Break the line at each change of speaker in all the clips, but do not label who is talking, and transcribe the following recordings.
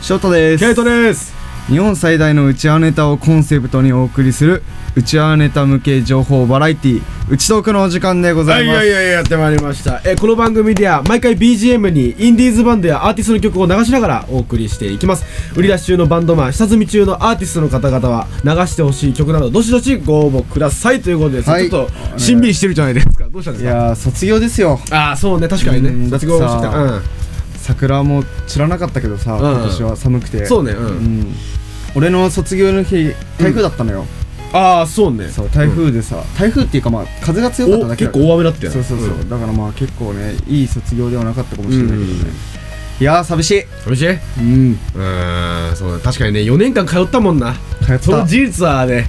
翔太です
ケイトです
日本最大の内輪ネタをコンセプトにお送りする内輪ネタ向け情報バラエティ内トークのお時間でござ
はいい
ます
はいはいやってまいりましたえこの番組では毎回 BGM にインディーズバンドやアーティストの曲を流しながらお送りしていきます売り出し中のバンドマン下積み中のアーティストの方々は流してほしい曲などどしどしご応募くださいということです、
はい
ちょっとしんみりしてるじゃないですかどうしたんです
い
か
やー卒業ですよ
ああそうね確かに
うん
ね卒業してきたうん
桜も散らなかったけどさ、
うん
今年は寒くて
そうねう
うんん俺の卒業の日台風だったのよ、
ああそうね
そう台風でさ、台風っていうかまあ風が強かった
お
だけ
結
だ
構大雨だったよ
そうそうそう、だからまあ結構ねいい卒業ではなかったかもしれないけどね、
うんうんうん
いやー寂しい
寂しいう
うん
ーんそうだ確かにね4年間通ったもんな
通った
その事実はね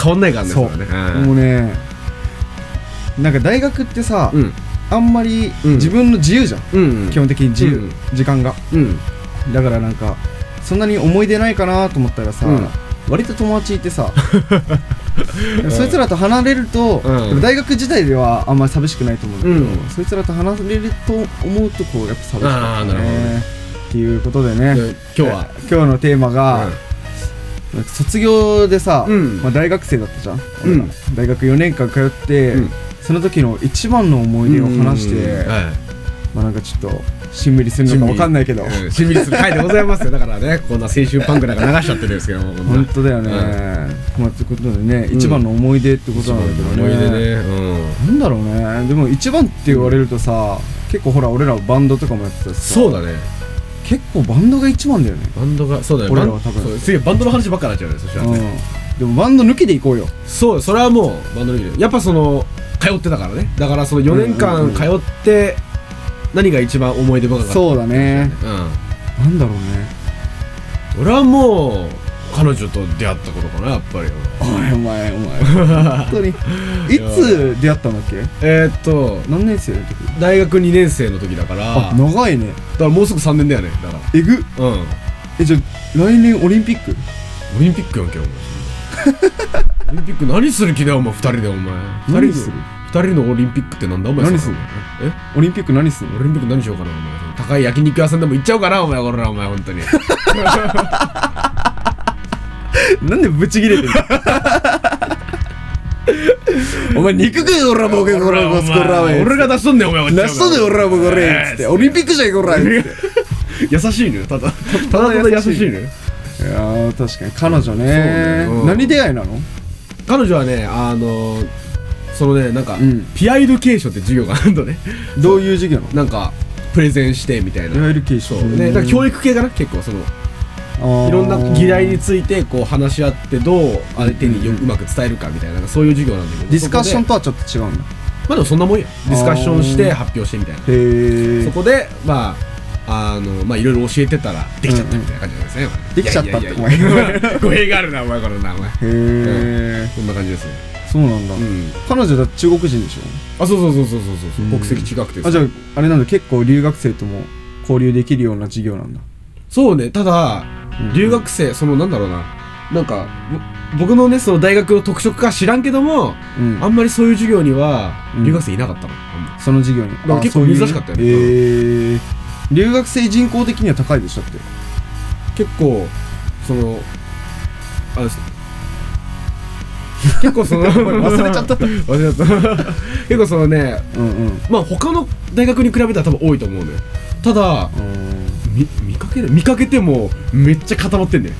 変わんないからね
そう
れはね
もうねなんか大学ってさ、
うん
あんまり
うん
自分の自由じゃん、
うんうん
基本的に自由、
うん
時間が
うん
だからなんかそんなに思い出ないかなと思ったらさ、
うん
割と友達いて さそいつらと離れると、
うん
でも大学時代ではあんまり寂しくないと思うんだけど、
うん
そいつらと離れると思うとこうやっぱ寂しか
あー
った
なるほど
ね
ね
っていうことでね、
で今日は
今日のテーマが、なんか卒業でさ、
うん
まあ、大学生だったじゃん、
うん
俺ら大学4年間通って、
うん
その時の一番の思い出を話して、
うんはい
まあ、なんかちょっとしんみりするのかわかんないけど、
うんしんみりする回でございますよだからねこんな青春パンクなんか流しちゃってるんですけどもこんな
本当だよね、まあということでね、一番の思い出ってことなんだけど
思い
ね
出ねうん
なんだろうねでも一番って言われるとさ、結構ほら俺らバンドとかもやってたしさ
そうだね
結構バンドが一番だよね
バンドがそうだよ
俺らは
バン
多分
そうすげえバンドの話ばっかになっちゃうねそしたらね
うん、でもバンド抜きでいこうよ
そうそれはもうバンドリーダーやっぱその通ってたからねだからその4年間通って何が一番思い出深かった
そうだね
う、
なんだろうね
ん、俺はもう彼女と出会った頃かなやっぱり
おいお前お前 本当にいつ出会ったんだっけ
えー、っと
何年生の時
大学2年生の時だから
あ
だか
長いね
らもうすぐ3年だよねだか
えぐ
らうん
えじゃあ来年オリンピック
オリンピックやんけ お前オリンピック何する気だよお前2人でお前
何する
2人のオリンピックってなんだお前
何する
え
オリンピック何すんの
オリンピック何しようかなお前高い焼肉屋さんでも行っちゃおうかなお前これお前本 当に
なんでブチギレてる お前肉食えよ俺らボケこらボスこらお前
俺が出しとんねんお前は
なしとで俺らボケこれつってオリンピックじゃいこらいや
優しいねた だただただ優しいね
ー確かに彼女ね
そうねうん
何出会いなの
彼女はねあのーそのねなんか
うん
ピアエドケーションって授業があるのね
どういう授業なの
なんかプレゼンしてみたい
いわ
な
ゆる系
そうねだから教育系かな結構そのいろんな議題についてこう話し合ってどう相手によ
うん
うまく伝えるかみたいななんかそういう授業なんだけど
ディスカッション
そこと
はちょっと違うんだ
でまあでもそんなもんやディスカッションし
あ
て
ー
発表してみたいな
へ
そ
え
こでまああのまあいろいろ教えてたらできちゃったみたいな感じなんですね、
できちゃったって
お前いやいやいや 語弊があるなお前これなお前
へえ
こんな感じですね
そうなんだ
ん
彼女だって中国人でしょ
あそうそうそうそうそうそう
うん
国籍違くてさ
あじゃああれなんだ結構留学生とも交流できるような授業なんだ
そうねただ
うん
留学生そのなんだろうななんかぼ僕のねその大学の特色か知らんけども
うん
あんまりそういう授業には
うん
留学生いなかったの、あんま
その授業に
から
あ
結構
そういう
珍しかったよね
へー留学生人口的には高いでしょって
結構その あれ結構その
忘れちゃった
忘れちゃった結構そのね
うんうん
まあ他の大学に比べたら多分多いと思うのよただみ見かける見かけてもめっちゃ固まってんだよ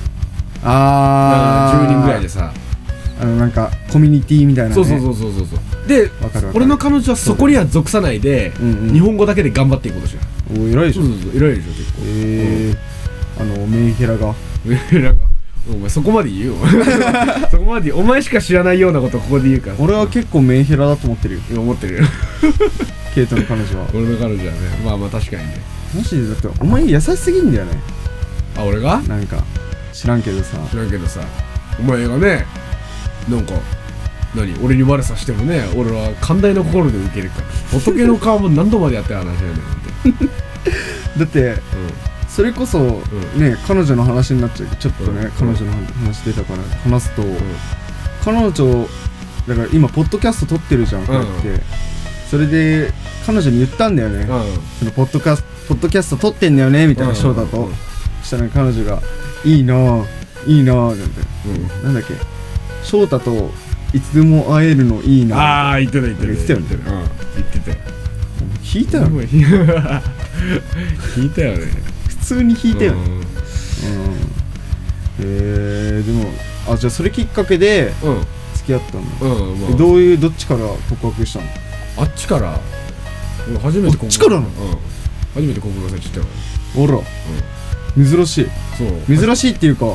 あー
10人ぐらいでさ
あのなんかコミュニティみたいなね
そうそうそうそうそうそうで
わかるわかる
俺の彼女はそこには属さないで、
うんうん
日本語だけで頑張っていこうとしてる
お偉いでし
そ
ょ
うそうそういろいろでしょ結構
へえあのメンヘラが
うん なんかお前そこまで言うよ そこまでお前しか知らないようなことをここで言うから
俺は結構メンヘラだと思ってるよ
今思ってるよ
ケイトの彼女は
俺の彼女はねまあまあ確かにね
マジでだってお前優しすぎんだよね
あ俺が
なんか知らんけどさ
知らんけどさお前がねなんか何俺に悪さしてもね俺は寛大な心で受けるから仏の顔も何度までやってる話だよねほんと
だってそれこそ、
ん
ね彼女の話になっちゃうけどちょっとね、
うん
彼女の話出たから話すと、
うん
彼女だから今ポッドキャスト撮ってるじゃんこうやって、それで彼女に言ったんだよね、
うんうん
そのポッドキャスポッドキャスト撮ってんだよねみたいな
うん
翔太と、
うん
そしたら彼女が「いいなぁいいなぁ」なんてなんだっけ翔太といつでも会えるのいいなぁ
ああ言ってた言ってる
言ってたよね
うん言ってたよ
引いたよね
聞いたよね
普通に引いたよね
うん
うんえー、でもあじゃあそれきっかけで付き合ったの
うんうんまあ
どういうどっちから告白したの
あっちから俺初めて告白
あっちからなの
うん初めて告白されちゃったよ
あら、珍しい
そう
珍しいっていうか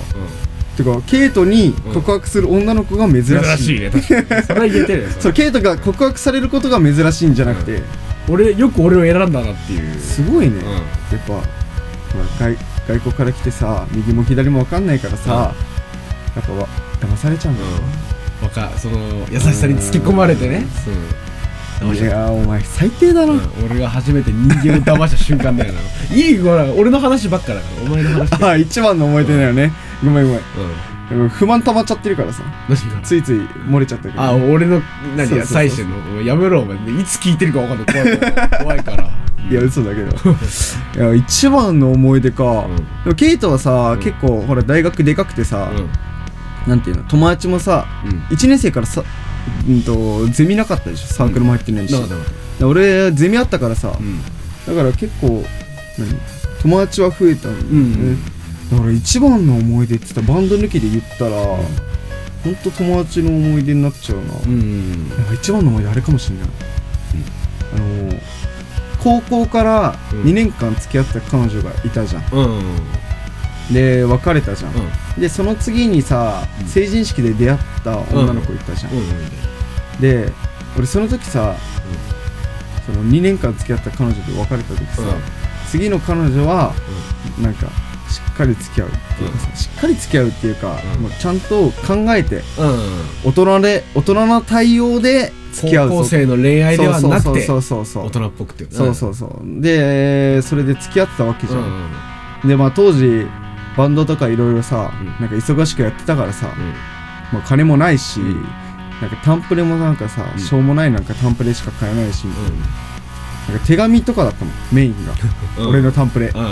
てかケイトに告白する女の子が珍しい、
うん珍しいね確かにそれは言えてるよ そ
そう
れ
ケイトが告白されることが珍しいんじゃなくて、
俺よく俺を選んだなっていう
すごいね、
うん
やっぱ、まあ、外外国から来てさ右も左も分かんないからさ、やっぱわ騙されちゃうんだよ、
わかその優しさにつけ込まれてねそう騙
い
しちゃった
やーお前最低だな、
うん俺が初めて人間を騙した瞬間だよな いいほら俺の話ばっかだからお前の話
ああ一番の思い出だよね、ごめんごめん
うん
でも不満溜まっちゃってるからさ
何が
ついつい漏れちゃってる
あ、俺の、何
そうそうそう
最初の、お前やめろ、お前。いつ聞いてるか分かんない。怖いから。怖 いから。
いや嘘だけどいや一番の思い出か、
うん
でもケイトはさ、
ん
結構ほら大学でかくてさ、
うん。
なんていうの友達もさ
うん。
1年生からさうんとゼミなかったでしょサークルも入ってないし、
なかったなかっ
で俺ゼミあったからさ、
た。うん。
だから結構何友達は増えたんだよね、
うん
だから一番の思い出って言ったらバンド抜きで言ったら、ほんと友達の思い出になっちゃうな、
うん。
なんか一番の思い出あれかもしれない、あの高校から
うん
2年間付き合った彼女がいたじゃん、
うん。
で別れたじゃん、でその次にさ、成人式で出会った女の子いたじゃん、
うん。
で俺その時さ、その2年間付き合った彼女と別れた時さ、
うん
次の彼女は、なんかしっかり付き合うっていうかさ、しっかり付き合うっていうか、
うん
もうちゃんと考えて
うん。
大人で大人の対応で付き合うぞ
高校生の恋愛ではなくて、
そ
大
うそうそうそう
人っぽくて。
そうそうそうでそれで付き合ってたわけじ
う
ゃ
ん。
ん、
うん。
でまあ当時バンドとかいろいろさ、
うん
なんか忙しくやってたからさ、
うん。
まあ、金もないし、
うん
なんかタンプレもなんかさ、
うん
しょうもないなんかタンプレしか買えないし、なんか手紙とかだったもんメインが、
うん。
俺のタンプレ
うん。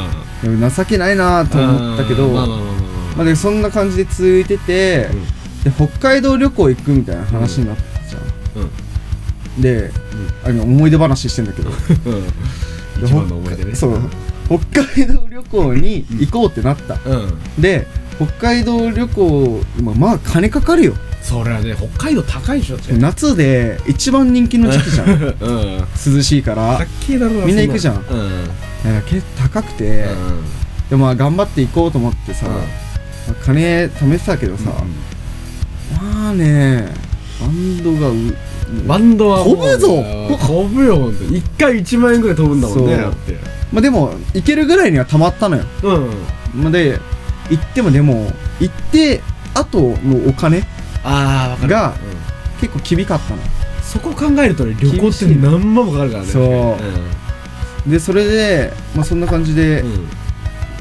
うん。
でも情けないなと思ったけど、
うんま
ま
あ
あ
まあまあまあまあ。
でもそんな感じで続いてて、
うん
で北海道旅行行くみたいな話になったじゃん、で、あの思い出話してんだけど
うん。うん。一番の思い出ね。
そう
うん。
北海道旅行に行こうってなった、で北海道旅行まあまあ金かかるよ
それはね、北海道高いでしょ、って。
夏で一番人気の時期じゃん
うん。
涼しいから
高えだろな
みんな行くじゃん
そなうん。
いや結構高くて、
うん。
でもまあ頑張って行こうと思ってさ、
うん
まあ金貯めてたけどさ、まあねバンドがう
バンドはもう
飛ぶぞ
飛ぶよ本当に一回1万円ぐらい飛ぶんだもんね
そう
だって
まあでも行けるぐらいにはたまったのよ、
うん
まあ、で行ってもでも行ってあとのお金
ああ分か
が
る
結構厳かったの
うんそこ考えるとね旅行って何万もかかるからね
そうでそれで、まあ、そんな感じで、
うんうん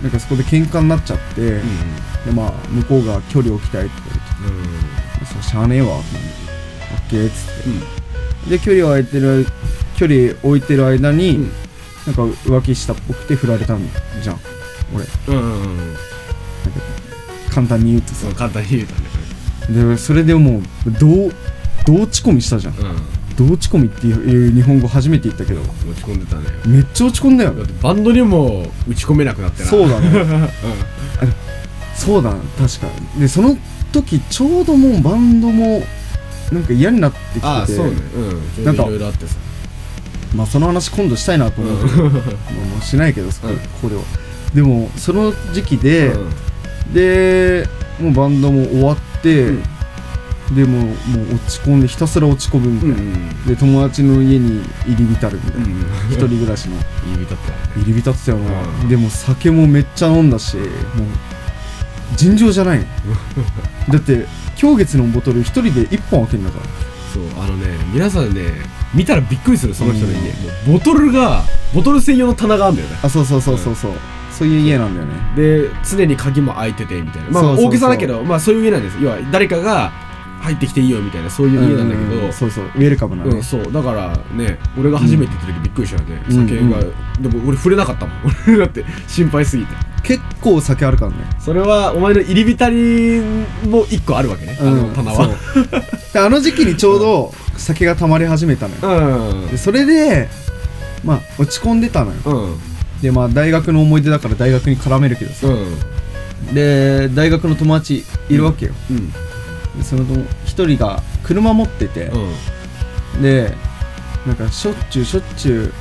なんかそこで喧嘩になっちゃって、
うん
でまあ向こうが距離を置きたいって言われてそうしゃあねえわってなってオッケーっつって、で距離を置いてる距離置いてる間に、
うん
なんか浮気したっぽくて振られたんじゃん俺
うんうんうんうん
簡単に言うとさ
そう簡単に言うたね
でそれでもうどうどうち込みしたじゃん
う
どうち込みっていう日本語初めて言ったけど
ん落ち込んでたね
めっちゃ落ち込んだよ
だってバンドにも打ち込めなくなってな
そううだねそうだ確かでその時ちょうどもうバンドもなんか嫌になってきてて
ああそうねうん
なんか
いろいろあってさ
まあその話今度したいなと思うけど、まあもうしないけどそこ,、
うん
ここではでもその時期
う
で、
ん
でもうバンドも終わって、
うん
でもうもう落ち込んでひたすら落ち込むみた
う
い
ん
な、で友達の家に入り浸るみたいな、
うん
一人暮らしの
指立った
入り浸ってたよな、
うん
でも酒もめっちゃ飲んだしもう尋常じゃない のだって今日月のボトル一人で1本開けんだから
そうあのね皆さんね見たらびっくりするその人の家、もうボトルがボトル専用の棚があるんだよね
あそうそうそうそうそう、そういう家なんだよね
で常に鍵も開いててみたいなま
そ
あ
うそうそう
大げさだけどまあそういう家なんです要は誰かが入ってきていいよみたいなそういう家なんだけど、
うそうそうウェルカムな
う
ね、
ん、そうだからね俺が初めて行った時びっくりしたよね、
うん
酒が、でも俺触れなかったもん俺だって心配すぎて
結構酒あるからね
それはお前の入り浸りも一個あるわけね、あの棚は
うんそうであの時期にちょうど酒が溜まり始めたのよ
うん
でそれでまあ落ち込んでたのよ
うん
でまあ大学の思い出だから大学に絡めるけどさ
うん
で大学の友達いるわけよ、
うん
でその友一人が車持ってて、
うん
でなんかしょっちゅうしょっちゅう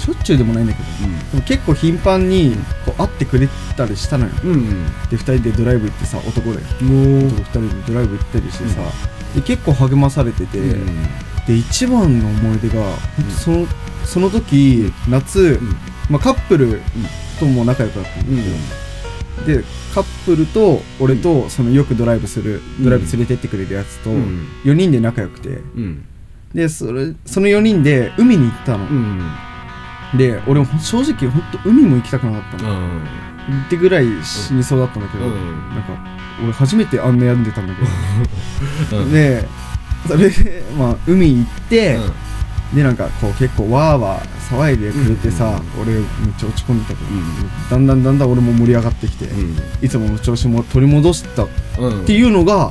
しょっちゅうでもないんだけどでも結構頻繁にこう会ってくれたりしたのよ
うん
で2人でドライブ行ってさ男で
うん
男2人でドライブ行ったりしてさ、で結構励まされてて、
うん
で一番の思い出が、
ん
そのその時夏、
ん
まあ、カップルとも仲良くなって、でカップルと俺とそのよくドライブする、
うん
ドライブ連れてってくれるやつと
うん
4人で仲良くて
うん
でそれその4人で海に行ったの、
うん
で俺ほん正直本当海も行きたくなかったの、ってぐらい死にそうだったんだけど、
うん
なんか俺初めてあんな病んでたんだけど、
う ん
でそれで、まあ、海行って、でなんかこう結構わーわー騒いでくれてさ、俺めっちゃ落ち込んでたけど、だんだんだんだん俺も盛り上がってきて、
うん
いつもの調子も取り戻したっ
うん
ていうのが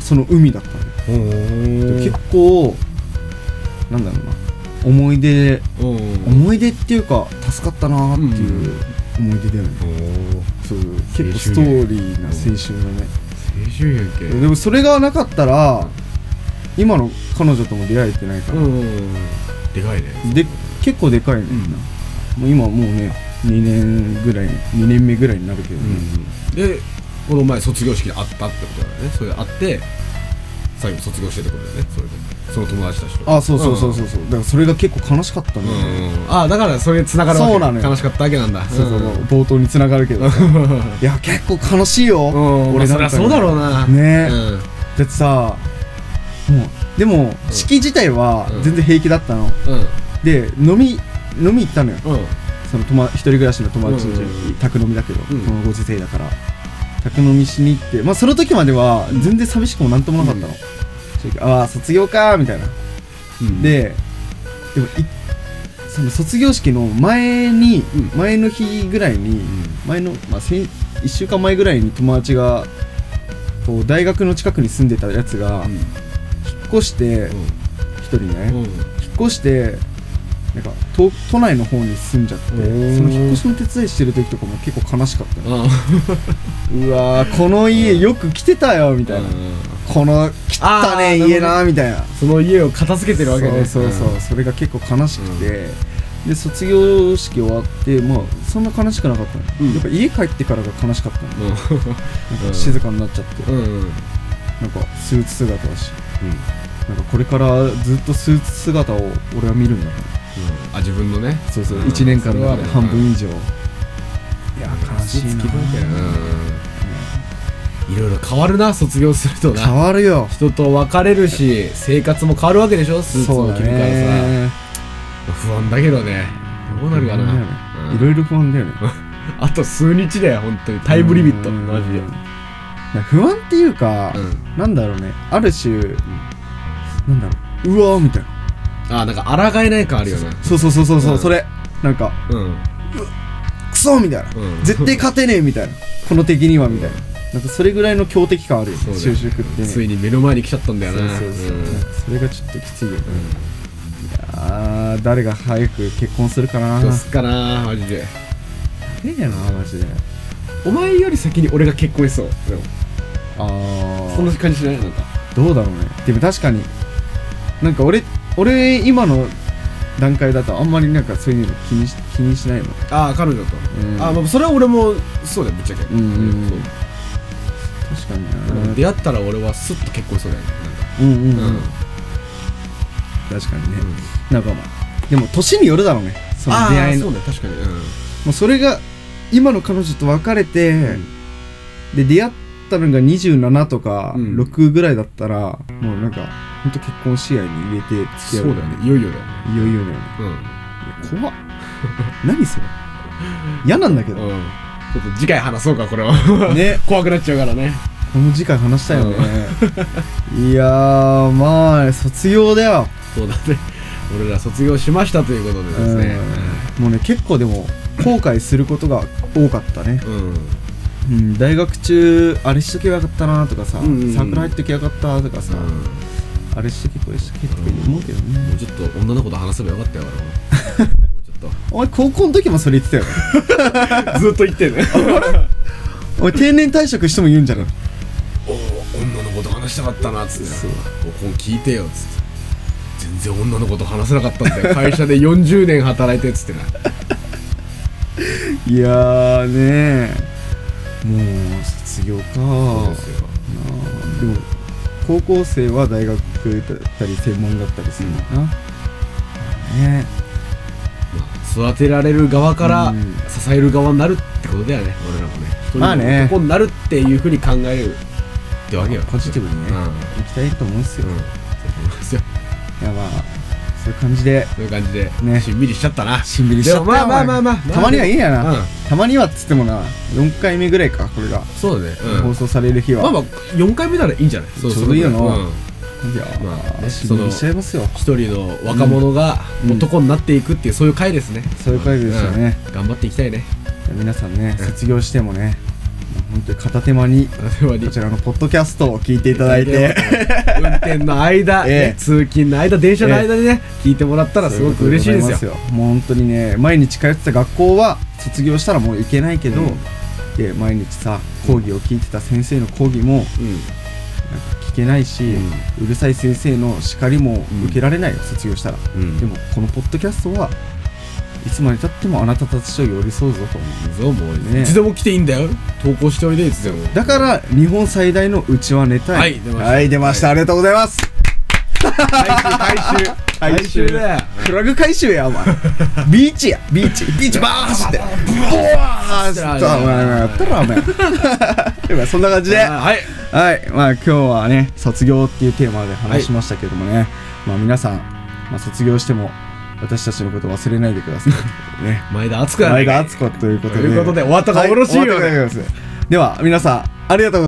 その海だったのよ、
うん
結構なんだろうな思い出
うん
思い出っていうか助かったなーっていう思い出だよね、そう結構ストーリーな青春だね、
青春やんけ
でもそれがなかったら今の彼女とも出会えてないから、
うんでかいね
で結構でかいね、もう今はもうね2年ぐらい2年目ぐらいになるけどね、
でこの前卒業式で会ったってことだよねそれ会って最後卒業してってことだよねそれでその友達たちと
あそうそうそうそうそうだからそれが結構悲しかったんだよね、
うんあだからそれ繋がるわけ
そうなのよ
悲しかったわけなんだ
そうそうそう冒頭に繋がるけどさ いや結構悲しいよ、
うん俺
俺な
そ
ん
り
か
ゃそうだろうな
ね
うん
だってさもうでも式自体は
うん
全然平気だったの、
う
で飲み飲み行ったのよ
んうん
その友達一人暮らしの友達の家
うんうんうん
に宅飲みだけど、
うん
このご時世だから宅飲みしに行ってまあその時までは全然寂しくもなんともなかったの、正直ああ卒業かーみたいな、
うん
ででもいその卒業式の前に、
うん
前の日ぐらいに、前の、まあ、先1週間前ぐらいに友達がこう大学の近くに住んでたやつが
うん
引っ越して一人ね、
うん
引っ越してなんか都都内の方に住んじゃってそ
おー
の引っ越しの手伝いしてる時とかも結構悲しかったね
あ
うわーこの家よく来てたよみたいな、
うん
この汚ねえ家なみたいな
その家を片付けてるわけね
そうそうそう、それが結構悲しくて、で卒業式終わってまあそんな悲しくなかったの、
うん
やっぱ家帰ってからが悲しかったの、
うん
なんか静かになっちゃって、
うんうん
なんかスーツ姿だしなんかこれからずっとスーツ姿を俺は見るんだな
あ自分のね
そうそう、
うん
1年間の中で半分以上、いや
好きだけどうんいろいろ変わるな卒業すると
変
な
わるよ
人と別れるし生活も変わるわけでしょスーツ
そう
を
だ
着るからさ
ね
不安だけどねどうなるか
不安だよ
な
ねいうろ
ん
いろ不安だよね
あと数日だよ本当にタイムリミット
うん
マジで
不安っていうか、
うん
なんだろうねある種、なんだろううわーみたいな
あなんか抗えない感あるよね
そうそうそうそうそう、
うん
それなんか
うん
クソみたいな、
うん
絶 対勝てねえみたいなこの敵にはみたいななんかそれぐらいの強敵感あるよ
そうだよ
就職ってね
ついに目の前に来ちゃったんだよ
そう
な
そうそう、
うん
なんかそれがちょっときついよね、あー誰が早く結婚するかな
どうすっかなマジで
ええやなマジで
お前より先に俺が結婚しそうでも
あ
そんな
あ
感じしないなんか
どうだろうねでも確かになんか俺俺今の段階だとあんまりなんかそういうの気にし気にしないの
ああ彼女と
うん
あまあそれは俺もそうだよぶっちゃけ
うんうんうん
そう
確か
う
に
ん
な
出会ったら俺はスッと結婚しそうだよね
うんうん、
な
うんん
か
確かにね、なんかまあでも年によるだろうねその
ああ
出会いの
そ
も
うね確かにうん
うそれが今の彼女と別れて、で出会ったのが27とか
うん
6ぐらいだったら、もうなんかほんと結婚試合に入れて付き合
そううだよねいよいよだよね
いよいよだよね
う
いや怖っ何それ嫌なんだけど
んちょっと次回話そうかこれは
ね
怖くなっちゃうからね
この次回話したいよねいやーまあ卒業だよ
そうだね俺ら卒業しましたということでですね
うんもうね結構でも後悔することが多かったね、
うん
うん、大学中あれしとけばよかったなとかさ、
うんうんうん
サークル入っとけばよかったとかさ、
うん
あれしとけこれしとけとか思うけどね、
もうちょっと女の子と話せばよ かったよ俺はもうちょっ
お前高校の時もそれ言ってたよね
とずっと言ってんね
お前定年退職しても言うんじゃない
おお女の子と話したかったなっつって
そう
ここ聞いてよっつって全然女の子と話せなかったん だよ会社で40年働いてっつってない
やーねーもう卒業か
そうですよ
でも高校生は大学だったり専門だったりするのかな、ね
まあ育てられる側から
うん
支える側になるってことだよね俺らもね
まあね
ここになるっていうふうに考えるってわけよ
ポジティブにね
うんうん
行きたいと思うんですよ、い
そうそう
やまあそういう感じで
そういう感じで、
ね
しんみりしちゃったな
しんびりしちゃった
でもまあ
よ
まあまあまあ
お前たまにはいいやな、
うん
たまにはっつってもな4回目ぐらいかこれが、
そうだね、うん
放送される日は、
まあまあ4回目ならいいんじゃないそう
ちょうどいいよな
それぐら
いやー、
まあね
しんびりしちゃいますよ
一人の若者が
うん
男になっていくっていうそういう回ですね、
そういう回でしたね、
うん頑張っていきたいね
いや皆さんね
うん
卒業してもねもう本当に片手間に
例えば
こちらのポッドキャストを聞いていただいて
運転の 間、
ええ
ね通勤の間電車の間にね、聞いてもらったらすごく嬉しいですよ
そううことございますもう本当にね毎日通ってた学校は卒業したらもう行けないけど、
うん
で毎日さ講義を聞いてた先生の講義も
うん
なんか聞けないし、うるさい先生の叱りも受けられないよ、卒業したら、
うん
でもこのポッドキャストはいつまでたってもあなたたちと寄り添うぞと
そうもう、
ね
いつでも来ていいんだよ投稿しておいでいつでも
だから日本最大のうちはネタ
は
へ
い出ました
はい出ました、
は
ありがとうございます
回収回収
回収
だよ
フラグ回収やお 前ビーチやビーチビーチバーン走ってボワーン走ったお前やったらお前 まあそんな感じでは
はい
いまあ今日はね卒業っていうテーマで話しましたけどもね、まあ皆さん、まあ、卒業しても私たちのこと忘れないでください ね
前田敦子や
前
ね
が熱かったということで
ということで終わったか
はい
よろしいよね
終わったかよろしいでは皆さんありがとうございました